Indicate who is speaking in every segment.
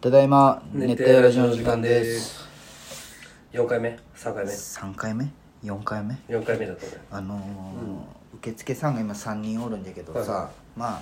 Speaker 1: ただいま熱
Speaker 2: 熱
Speaker 1: 帯
Speaker 2: 帯
Speaker 1: ラ
Speaker 2: ラ
Speaker 1: ジ
Speaker 2: ジ
Speaker 1: オ
Speaker 2: オ
Speaker 1: の
Speaker 2: の
Speaker 1: 時
Speaker 2: 時
Speaker 1: 間
Speaker 2: 間
Speaker 1: で
Speaker 2: ですす4回目3回目
Speaker 1: 3回目4回目
Speaker 2: 4回目だと思う
Speaker 1: あのー受付さんが今3人おるんだけどさ、
Speaker 2: は
Speaker 1: まあ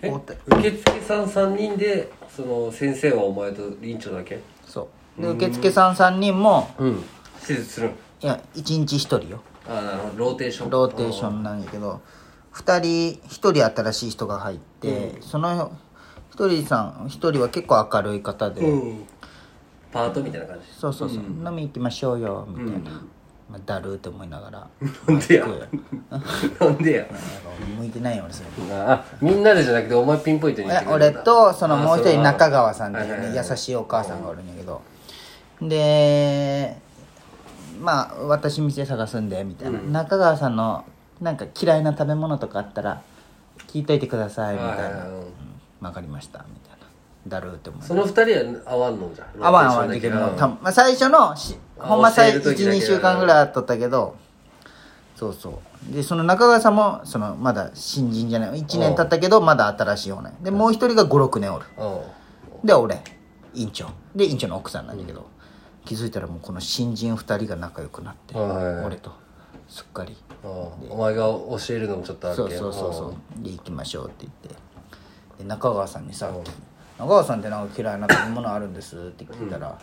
Speaker 2: え
Speaker 1: 大手
Speaker 2: 受付さん3人でその先生はお前と院長だけ
Speaker 1: そうで受付さん3人も
Speaker 2: うん手術するん
Speaker 1: いや1日1人よ
Speaker 2: ああなるほどローテーション
Speaker 1: ローテーションなんやけど2人1人新しい人が入って、その1人さん1人は結構明るい方で、
Speaker 2: うんパートみたいな感
Speaker 1: そうそうそう、飲み行きましょうよみたいな、まあ、だるーって思いながら
Speaker 2: なんでや
Speaker 1: まあ行くよ
Speaker 2: じ なんでや
Speaker 1: なんか向いてないよ俺それ
Speaker 2: あみんなでじゃなくてお前ピンポイントに言って
Speaker 1: え
Speaker 2: く
Speaker 1: 俺
Speaker 2: れるんだ
Speaker 1: とそのもう一人
Speaker 2: あ
Speaker 1: 中川さんってい
Speaker 2: はいうはい
Speaker 1: ね
Speaker 2: はい
Speaker 1: 優しいお母さんがおるんだけどでまあ私店探すんでみたいな、中川さんのなんか嫌いな食べ物とかあったら聞いといてくださいみ
Speaker 2: はい
Speaker 1: た
Speaker 2: はい
Speaker 1: い
Speaker 2: はい
Speaker 1: な
Speaker 2: う
Speaker 1: 「
Speaker 2: ん
Speaker 1: 分かりました」みたいな「だる」って思う
Speaker 2: その2人は合わんのじゃん
Speaker 1: あわんあわんだけど、
Speaker 2: うん
Speaker 1: たまあ、最初のし
Speaker 2: あ
Speaker 1: ほんま
Speaker 2: 教
Speaker 1: 最
Speaker 2: える時だけ
Speaker 1: 12週間ぐらいあっとったけどそうそうでその中川さんもそのまだ新人じゃない1年経ったけどまだ新しいよねでもう一人が56年おる
Speaker 2: う
Speaker 1: で俺院長で院長の奥さんなんだけど、気づいたらもうこの新人2人が仲良くなって、
Speaker 2: はいはいはい
Speaker 1: 俺とすっかり
Speaker 2: んうんお前が教えるのもちょっとある
Speaker 1: そう
Speaker 2: け
Speaker 1: そうそうそううで行きましょうって言ってで中川さんにさ「中川さんってなんか嫌いな食べ物あるんです」って聞いたら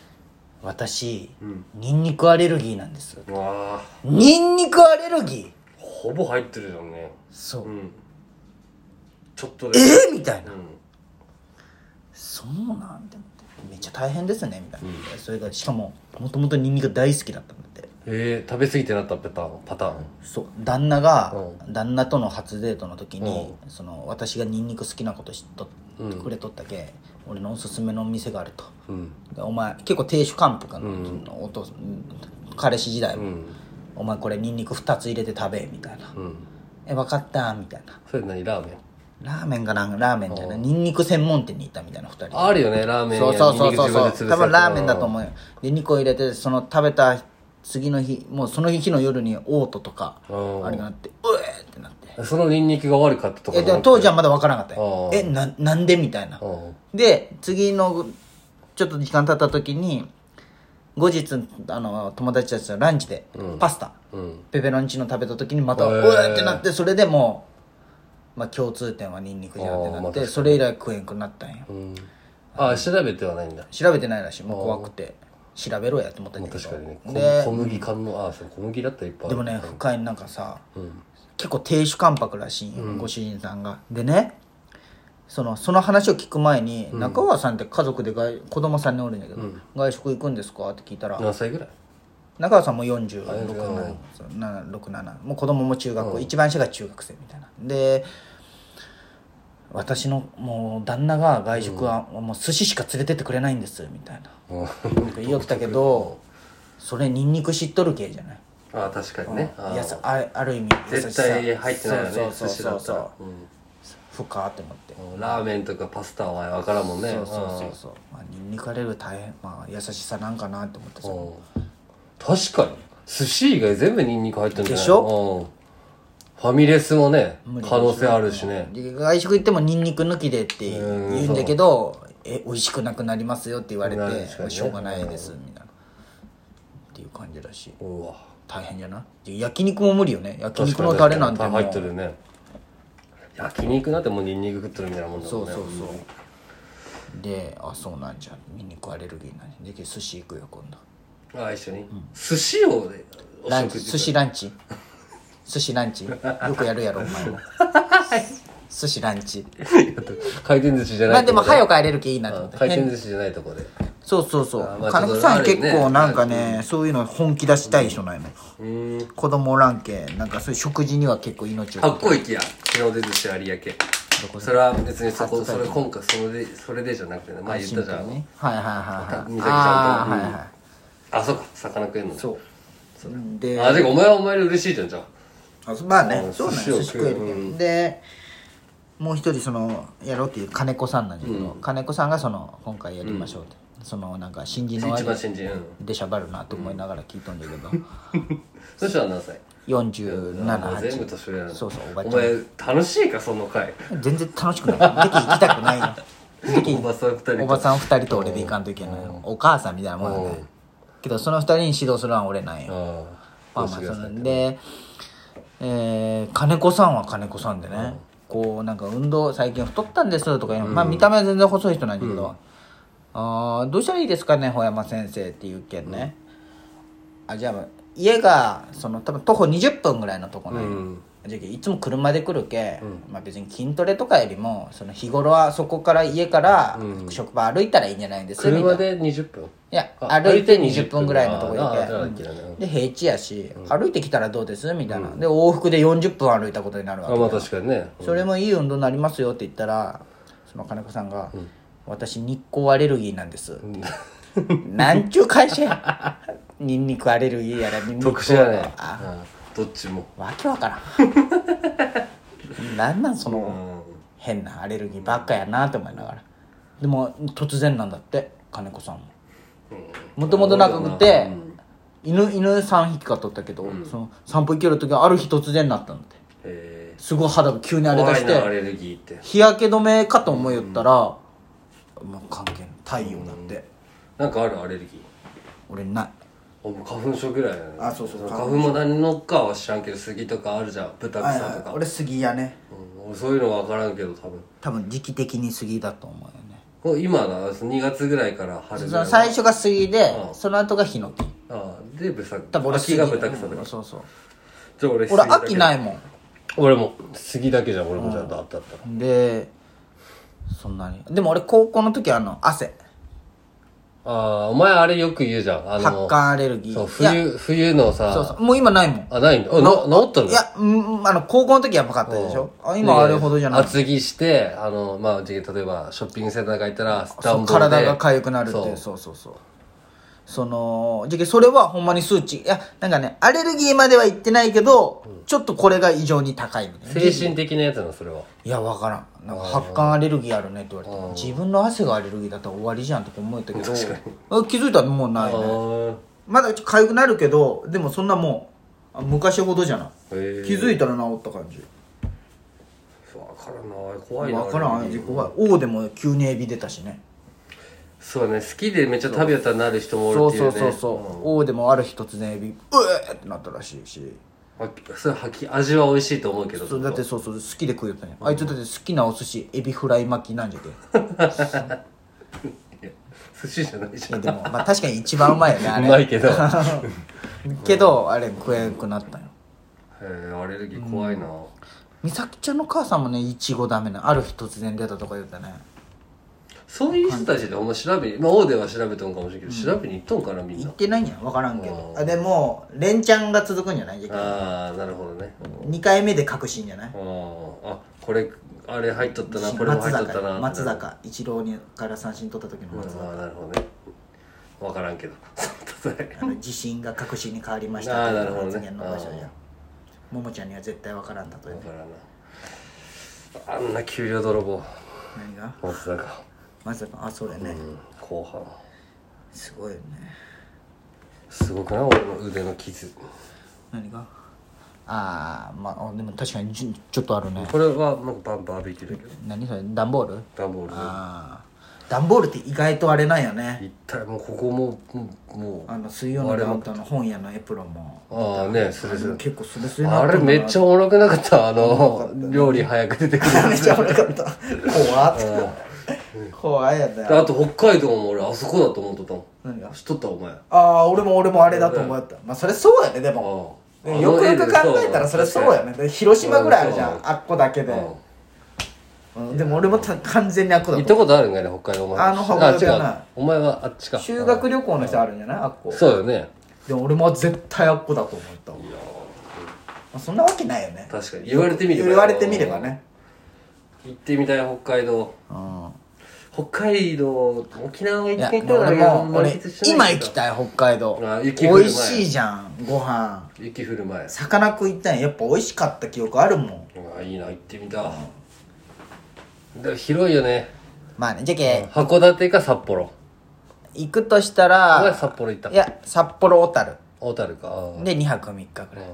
Speaker 1: 「私ニンニクアレルギーなんです
Speaker 2: んうわあ」
Speaker 1: 「ニンニクアレルギー?
Speaker 2: ほぼ入ってるじゃんね」
Speaker 1: そううん
Speaker 2: ちょっと
Speaker 1: 「え
Speaker 2: で
Speaker 1: ーみたいな
Speaker 2: うん
Speaker 1: 「そうなんだ」めっちゃ大変ですね」みたいな、それがしかももともとニンニク大好きだったんだって
Speaker 2: えー、食べ過ぎてなったパターンパターン
Speaker 1: そう旦那が、
Speaker 2: う
Speaker 1: 旦那との初デートの時に、その私がニンニク好きなこと知っとってくれとったけ、俺のおすすめのお店があると、
Speaker 2: うん
Speaker 1: でお前結構亭主関白の,、お父さんうん彼氏時代も、
Speaker 2: うん
Speaker 1: お前これニンニク2つ入れて食べみたいな、
Speaker 2: うん
Speaker 1: え分かったみたいな
Speaker 2: それ何ラーメン
Speaker 1: ラーメンかなんかラーメンじゃないニンニク専門店に行ったみたいな2人
Speaker 2: あるよねラーメン
Speaker 1: そうそうそうそう
Speaker 2: 多
Speaker 1: 多分ラーメンだと
Speaker 2: う
Speaker 1: 思うよで2個入れてその食べた次の日もうその日の夜に嘔吐とか
Speaker 2: うん
Speaker 1: あれがなってうえーってなって
Speaker 2: そのニンニクが悪かったとか
Speaker 1: えでも当時はまだ分からなかったよ
Speaker 2: うん
Speaker 1: えななんでみたいな
Speaker 2: うん
Speaker 1: で次のちょっと時間経った時に後日あの友達たちとランチでパスタ、
Speaker 2: うん
Speaker 1: ペペロンチーノ食べた時にまた「
Speaker 2: へ
Speaker 1: お
Speaker 2: ー
Speaker 1: え!」ってなってそれでもう、まあ、共通点はニンニクじゃんって
Speaker 2: あー
Speaker 1: な
Speaker 2: ま
Speaker 1: っ
Speaker 2: あ
Speaker 1: て、
Speaker 2: 確かに
Speaker 1: それ以来食えんくなったんよ
Speaker 2: うんあ調べてはないんだ
Speaker 1: 調べてないらしいもう怖くて調べろやって思ったんだけど
Speaker 2: 確かにねこ
Speaker 1: で
Speaker 2: 小麦缶のあそう小麦だったらいっぱいあ
Speaker 1: で
Speaker 2: る
Speaker 1: もね深いなんかさ、
Speaker 2: ん
Speaker 1: 結構亭主関白らしいんよ、ご主人さんがでねそのその話を聞く前に、中川さんって家族で外子供さんにおるんだけど、外食行くんですかって聞いたら、
Speaker 2: 何歳ぐらい
Speaker 1: 中川さんも
Speaker 2: う
Speaker 1: 4667もう子供も中学校、一番下が中学生みたいなで私のもう旦那が外食は、もう寿司しか連れてってくれないんですみたいな
Speaker 2: うん
Speaker 1: なんか言いよったけどそれニンニク知っとる系じゃない
Speaker 2: あ確かにねあー
Speaker 1: やさあある意味
Speaker 2: 絶対入ってないよね
Speaker 1: そうそう
Speaker 2: 寿司
Speaker 1: そ
Speaker 2: だ
Speaker 1: う
Speaker 2: った
Speaker 1: そう
Speaker 2: ら
Speaker 1: 深ーって思って
Speaker 2: うんラーメンとかパスタは分からんもんね
Speaker 1: そうそうそうそうまあニンニクアレル大変まあ優しさなんかなって思ってさ
Speaker 2: うん確かに寿司以外全部ニンニク入ってるんじゃない
Speaker 1: でし
Speaker 2: ょファミレスもね
Speaker 1: 無理でし
Speaker 2: 可
Speaker 1: ょ
Speaker 2: 能性あるしね
Speaker 1: で外食行ってもニンニク抜きでって言うんだけどえ美味しくなくなりますよって言われて、
Speaker 2: なる確かにね
Speaker 1: しょうがないですみたいなっていう感じだし
Speaker 2: うわ
Speaker 1: 大変じゃないで焼肉も無理よね焼肉のタレなんても
Speaker 2: 入ってるね焼肉なんてもうニンニク食ってるみたいなもんだも
Speaker 1: そ
Speaker 2: ん
Speaker 1: う
Speaker 2: ね
Speaker 1: そうそうであそうなんじゃニンニクアレルギーなんじゃで寿司行くよ今度
Speaker 2: ああ一緒に、寿司をねお
Speaker 1: ランチ
Speaker 2: 食事
Speaker 1: 寿司ランチ寿司ランチよくやるやろお前 も寿司ランチ
Speaker 2: 回転寿司じゃ
Speaker 1: ま
Speaker 2: な
Speaker 1: あ
Speaker 2: い
Speaker 1: で
Speaker 2: と
Speaker 1: も
Speaker 2: こで
Speaker 1: 早く帰れる気いいなと思って
Speaker 2: 回転寿司じゃないとこで
Speaker 1: そうそうそう
Speaker 2: まあ
Speaker 1: 金子さん
Speaker 2: ちょ
Speaker 1: 結
Speaker 2: っとあるよね
Speaker 1: 構なんかねそういうの本気出したい人なんよね
Speaker 2: うん
Speaker 1: 子供おらんけなんかそういう食事には結構命を
Speaker 2: かっこいいきや日の出寿司有明それは別にそこそれ今回それでそれでじゃなくてね前言ったじゃん、
Speaker 1: ねはいはいはいはい
Speaker 2: 美咲ち
Speaker 1: あ
Speaker 2: ゃ
Speaker 1: あー
Speaker 2: んと
Speaker 1: はいは
Speaker 2: あそうか魚食えんのそう
Speaker 1: いで
Speaker 2: あでお前はお前で嬉しいじゃんじゃあ
Speaker 1: あそまあね
Speaker 2: うん
Speaker 1: そうなん
Speaker 2: 寿司を
Speaker 1: 寿司食える
Speaker 2: 食える
Speaker 1: けどでもう一人そのやろうっていう金子さんなんだけど金子さんがその今回やりましょうってそのなんか新人の
Speaker 2: 一
Speaker 1: 割
Speaker 2: 番新人うん
Speaker 1: でしゃばるなと思いながら聞いとんだけど
Speaker 2: そしたら何歳あ全部
Speaker 1: 478
Speaker 2: 年上なの
Speaker 1: そうそうおばちゃん
Speaker 2: 前楽しいかその回
Speaker 1: 全然楽しくない。出て行きたくないよ。
Speaker 2: おばさん二人と
Speaker 1: おばさん2人と俺で行かんといけないお母さんみたいなもんやね
Speaker 2: うん
Speaker 1: けどその2人に指導するのは俺なんよ
Speaker 2: あ
Speaker 1: ま
Speaker 2: あ
Speaker 1: あまあそ
Speaker 2: の
Speaker 1: のでえー金子さんは金子さんでねこうなんか運動最近太ったんですとか言うのまあ見た目は全然細い人なんだけどあーどうしたらいいですかねほ山先生って言うけんねあじゃあ家がその多分徒歩20分ぐらいのとこ
Speaker 2: う
Speaker 1: ね
Speaker 2: ん
Speaker 1: じゃけいつも車で来るけ、まあ、別に筋トレとかよりもその日頃はそこから家から職場歩いたらいいんじゃないんですみたいな
Speaker 2: 車で20分
Speaker 1: いや
Speaker 2: あ
Speaker 1: 歩いて20分ぐらいのとこ
Speaker 2: ああじゃあ
Speaker 1: ろ
Speaker 2: いけないね
Speaker 1: で平地やし、歩いてきたらどうですみたいな、で往復で40分歩いたことになるわ
Speaker 2: あ
Speaker 1: け、
Speaker 2: まあ確かにね
Speaker 1: それもいい運動になりますよって言ったらその金子さんが「私日光アレルギーなんです」 なんちゅう会社やニンニクアレルギーやらニンニク
Speaker 2: 特殊だね
Speaker 1: あ
Speaker 2: うんどっちも
Speaker 1: わけわから んなんなんその、変なアレルギーばっかやなって思いながらでも突然なんだって金子さんももともと仲良くて、犬犬3匹飼っとったけど、その散歩行ける時はある日突然なったんだって
Speaker 2: え
Speaker 1: すごい肌が急に
Speaker 2: ー
Speaker 1: 荒れ
Speaker 2: 怖
Speaker 1: 出
Speaker 2: い
Speaker 1: し
Speaker 2: なア
Speaker 1: て
Speaker 2: レルギーって
Speaker 1: 日焼け止めかと思いよったら、もう関係ない太陽だって、
Speaker 2: なんかあるアレルギー
Speaker 1: 俺ない
Speaker 2: あもう花粉症ぐらいだね
Speaker 1: あそうそう
Speaker 2: の花粉も何のかは知らんけど杉とかあるじゃんブタクサとか
Speaker 1: 俺杉やね
Speaker 2: うん俺そういうの分からんけど多分
Speaker 1: 多分時期的に杉だと思うよね
Speaker 2: こう今だ2月ぐらいから春ぐ
Speaker 1: そ
Speaker 2: ら
Speaker 1: の
Speaker 2: い
Speaker 1: 最初が杉で、その後がヒノキ
Speaker 2: ああでブサ
Speaker 1: 多分俺
Speaker 2: 秋
Speaker 1: 杉
Speaker 2: がブタクサとか
Speaker 1: そうそう
Speaker 2: じゃあ俺
Speaker 1: 俺
Speaker 2: 杉だけ
Speaker 1: 秋ないもん
Speaker 2: 俺も杉だけじゃん俺もちゃんとあったあった
Speaker 1: でそんなにでも俺高校の時はあの汗
Speaker 2: ああお前あれよく言うじゃんあ
Speaker 1: 発
Speaker 2: の
Speaker 1: 汗アレルギー
Speaker 2: そう
Speaker 1: いや
Speaker 2: 冬冬の
Speaker 1: そう
Speaker 2: さ
Speaker 1: そうもう今ないもん
Speaker 2: あないんだあな治ったん
Speaker 1: い
Speaker 2: だ
Speaker 1: やうんあの高校の時やばかったでしょあ今あれほどじゃない
Speaker 2: 厚着してあのまあじ例えばショッピングセンターが行ったら
Speaker 1: そ
Speaker 2: 暖
Speaker 1: う
Speaker 2: 房で
Speaker 1: 体が痒くなるっていうそうそうそうそのじゃけそれはほんまに数値いやなんかねアレルギーまではいってないけど、ちょっとこれが異常に高いみたいな
Speaker 2: 精神的なやつなのそれはい
Speaker 1: やわからんなんか発汗アレルギーあるねって言われて自分の汗がアレルギーだったら終わりじゃんとか思えたけどあ気づいたらもうないね
Speaker 2: あ
Speaker 1: まだちょっと痒くなるけどでもそんなもうあ昔ほどじゃない
Speaker 2: あへえ
Speaker 1: 気づいたら治った感じ
Speaker 2: 分からんな怖いな
Speaker 1: 分からん味怖い王でも急にエビ出たしね
Speaker 2: そうね好きでめっちゃ食べよったらなる人も
Speaker 1: そ
Speaker 2: お
Speaker 1: う
Speaker 2: るって
Speaker 1: そう
Speaker 2: い
Speaker 1: う
Speaker 2: ね
Speaker 1: そうそう王でもある日突然エビうえーってなったらしいし
Speaker 2: あそれはき味は美味しいと思うけど
Speaker 1: そうだってそうそう好きで食うよったねあいつだって好きなお寿司エビフライ巻きなんじゃけい
Speaker 2: いや寿司じゃないじゃ
Speaker 1: や
Speaker 2: ん
Speaker 1: でも まあ確かに一番うまいよねあ
Speaker 2: う
Speaker 1: れ
Speaker 2: まいけどへ
Speaker 1: けどあれ食えんくなったよ
Speaker 2: えアレルギー怖いな
Speaker 1: 美咲ちゃんの母さんもねいちごダメなある日突然出たとか言ったね
Speaker 2: そういう人たちってほんま調べまあ大手は調べとんかもしれんけど調べに行っとんかなみん
Speaker 1: 言
Speaker 2: な
Speaker 1: ってないんや分からんけど
Speaker 2: うん
Speaker 1: あでも連チャンが続くんじゃない
Speaker 2: ああなるほどね
Speaker 1: 2回目で確信じゃない
Speaker 2: あーあこれあれ入っとったなこれも
Speaker 1: 松
Speaker 2: 入っとった
Speaker 1: 坂
Speaker 2: な
Speaker 1: 松坂一郎にから三振取った時の松坂
Speaker 2: ああなるほどね分からんけど そう例え
Speaker 1: あの自信が確信に変わりまし
Speaker 2: あ
Speaker 1: た
Speaker 2: ー
Speaker 1: とい
Speaker 2: なるほど
Speaker 1: う
Speaker 2: ね
Speaker 1: 発言の場所じゃんももちゃんには絶対分からんだと
Speaker 2: 分からんなあんな給料泥棒
Speaker 1: 何が
Speaker 2: 松坂
Speaker 1: 松坂あそうだよね
Speaker 2: うん後半
Speaker 1: すごいよね
Speaker 2: すごくない俺の腕の傷
Speaker 1: 何がああまああでも確かにじゅちょっとあるね
Speaker 2: これはなんかバンバーベキューだけど
Speaker 1: 何それ段ボール
Speaker 2: 段ボールで
Speaker 1: ああ段ボールって意外とあれなんよね
Speaker 2: 一体もうここももうも
Speaker 1: あの水曜のダウンタウンの本屋のエプロンも
Speaker 2: うああねそれ
Speaker 1: でも結構スレスレ
Speaker 2: あれめっちゃおもろくなかったあの料理早く出てくる
Speaker 1: めっちゃ悪かった怖っ怖いやだよ
Speaker 2: あと北海道も俺あそこだと思っとったもん
Speaker 1: 何が
Speaker 2: 知っとったお前あ
Speaker 1: ああ俺も俺もあれだと思ったまあそれそうやねで
Speaker 2: あ
Speaker 1: もよくよく考えたらそれそうやねで広島ぐらいあるじゃんあっこだけでうんでも俺もた完全にあっこだ
Speaker 2: 行ったことあるんかいね北海道お前
Speaker 1: あの北海道じゃない
Speaker 2: あ違うお前はあっちか
Speaker 1: 修学旅行の人あるんじゃないあっこ
Speaker 2: そうよね
Speaker 1: でも俺も絶対あっこだと思ったまあそんなわけないよね
Speaker 2: 確かに言われてみれば
Speaker 1: 言われてみればね
Speaker 2: 行ってみたい北海道
Speaker 1: うん
Speaker 2: 北海道沖縄はい行っ
Speaker 1: や
Speaker 2: て
Speaker 1: で
Speaker 2: みたい
Speaker 1: も
Speaker 2: な
Speaker 1: 俺も
Speaker 2: 満
Speaker 1: 俺
Speaker 2: 喫してな
Speaker 1: 今
Speaker 2: い
Speaker 1: 行
Speaker 2: けど
Speaker 1: きたい北海道
Speaker 2: あ雪
Speaker 1: 美
Speaker 2: 降る前
Speaker 1: 味しいじゃんご飯
Speaker 2: 雪降る前
Speaker 1: 魚食いたいやっぱ美味しかった記憶あるもん
Speaker 2: あいいな行ってみたでも広いよね
Speaker 1: まあねじゃけ
Speaker 2: 函館か札幌
Speaker 1: 行くとした
Speaker 2: お前
Speaker 1: ら
Speaker 2: 札幌行った
Speaker 1: いや札幌小樽
Speaker 2: 小樽かああ
Speaker 1: で2泊3日ぐらい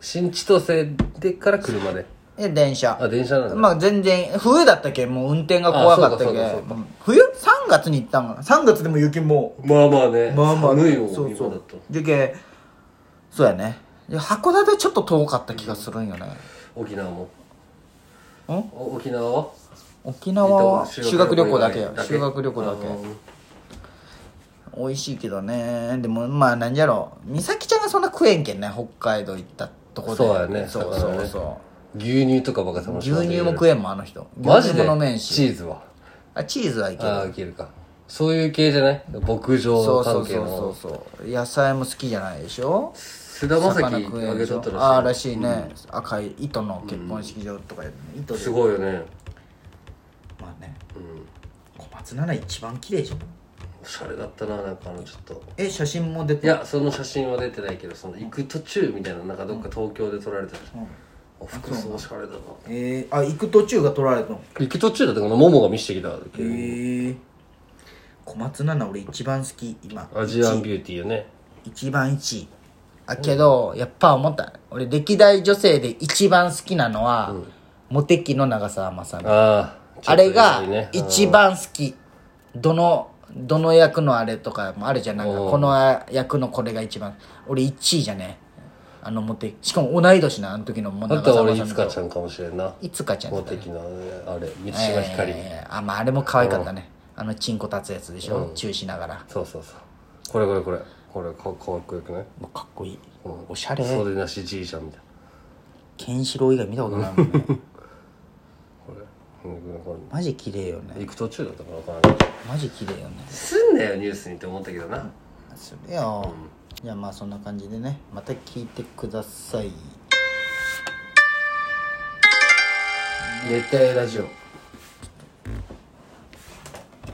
Speaker 2: 新千歳でから車で
Speaker 1: え電車
Speaker 2: あ電車なんだ
Speaker 1: まあ全然冬だったけんもう運転が怖かったけん
Speaker 2: あそうかそうかそうか
Speaker 1: うん冬 ?3 月に行ったんかな3月でも雪も
Speaker 2: まあまあね
Speaker 1: うまあまあ
Speaker 2: 寒いよ
Speaker 1: そうそ
Speaker 2: 今だ
Speaker 1: う
Speaker 2: と
Speaker 1: でけんそうやねで函館ちょっと遠かった気がするんよね
Speaker 2: 沖縄も
Speaker 1: ん
Speaker 2: お沖縄は
Speaker 1: 沖縄は
Speaker 2: えっと
Speaker 1: 修学旅行だけよ修学旅行だけ
Speaker 2: あー
Speaker 1: 美味しいけどねでもまあなんじゃろう美咲ちゃんがそんな食えんけんね北海道行ったとこで
Speaker 2: そうやね
Speaker 1: そう
Speaker 2: 魚ね
Speaker 1: そうそ
Speaker 2: 牛乳とかばっか
Speaker 1: う
Speaker 2: 楽
Speaker 1: 牛
Speaker 2: しまんで
Speaker 1: 乳も食えんもんあの人
Speaker 2: マ
Speaker 1: 牛
Speaker 2: ジ
Speaker 1: 乳
Speaker 2: で
Speaker 1: も飲めん
Speaker 2: チ
Speaker 1: し
Speaker 2: ーズは
Speaker 1: あチーズはいけ
Speaker 2: ああ
Speaker 1: る
Speaker 2: いけるかそういう系じゃない牧
Speaker 1: そ
Speaker 2: 場
Speaker 1: うそう
Speaker 2: 関係
Speaker 1: そう
Speaker 2: の
Speaker 1: そうそう野菜も好きじゃないでしょ
Speaker 2: 菅田将
Speaker 1: 魚
Speaker 2: 暉
Speaker 1: 食え
Speaker 2: あ
Speaker 1: ん
Speaker 2: げ
Speaker 1: でし
Speaker 2: とった
Speaker 1: ょ
Speaker 2: ら
Speaker 1: あ
Speaker 2: し
Speaker 1: あらしいね赤い糸の結婚式場とかやね糸
Speaker 2: い
Speaker 1: です
Speaker 2: ごいよね
Speaker 1: まあね
Speaker 2: うん
Speaker 1: 小松菜奈一番綺麗じゃん
Speaker 2: おしゃれだったななんかあのちょっと
Speaker 1: え写真も出て
Speaker 2: いやその写真は出てないけどその行く途中みたいななんかどっか東京で撮られてたじゃん、お服装おしゃれだな
Speaker 1: えー、あ行く途中が撮られたの
Speaker 2: 行く途中だってこのモモが見してきた
Speaker 1: へえー、小松菜奈俺一番好き今
Speaker 2: アジアンビューティーよね
Speaker 1: 一番1位あけどやっぱ思った俺歴代女性で一番好きなのは、モテ期の長澤まさみ
Speaker 2: ああ
Speaker 1: あれが一番好きどのどの役のあれとかもあるじゃんなんかこの役のこれが一番俺1位じゃねあのモテしかも同い年なあの時のもう
Speaker 2: あ
Speaker 1: 長
Speaker 2: とは
Speaker 1: 澤ま
Speaker 2: 俺
Speaker 1: さ
Speaker 2: い
Speaker 1: み
Speaker 2: つ
Speaker 1: と
Speaker 2: かちゃんかもしれんない
Speaker 1: つかちゃんだ
Speaker 2: モ
Speaker 1: った
Speaker 2: テ
Speaker 1: ね
Speaker 2: キのあれ満島ひかり、
Speaker 1: えーあまああれも可愛かったねあのチンコ立つやつでしょ、チューしながら
Speaker 2: そうそうそうこれこれこれこれかかっこよくない
Speaker 1: もうかっこいいおしゃれ
Speaker 2: 袖なしじいちゃんみたいな
Speaker 1: ケンシロウ以外見たことないもんね
Speaker 2: これうんこ
Speaker 1: マジ綺麗よね
Speaker 2: れ行く途中だったから分からない
Speaker 1: マジ綺麗よね
Speaker 2: すんなよニュースにって思ったけどな
Speaker 1: それよ、じゃあまあそんな感じでねまた聞いてください
Speaker 2: 熱帯ラジオ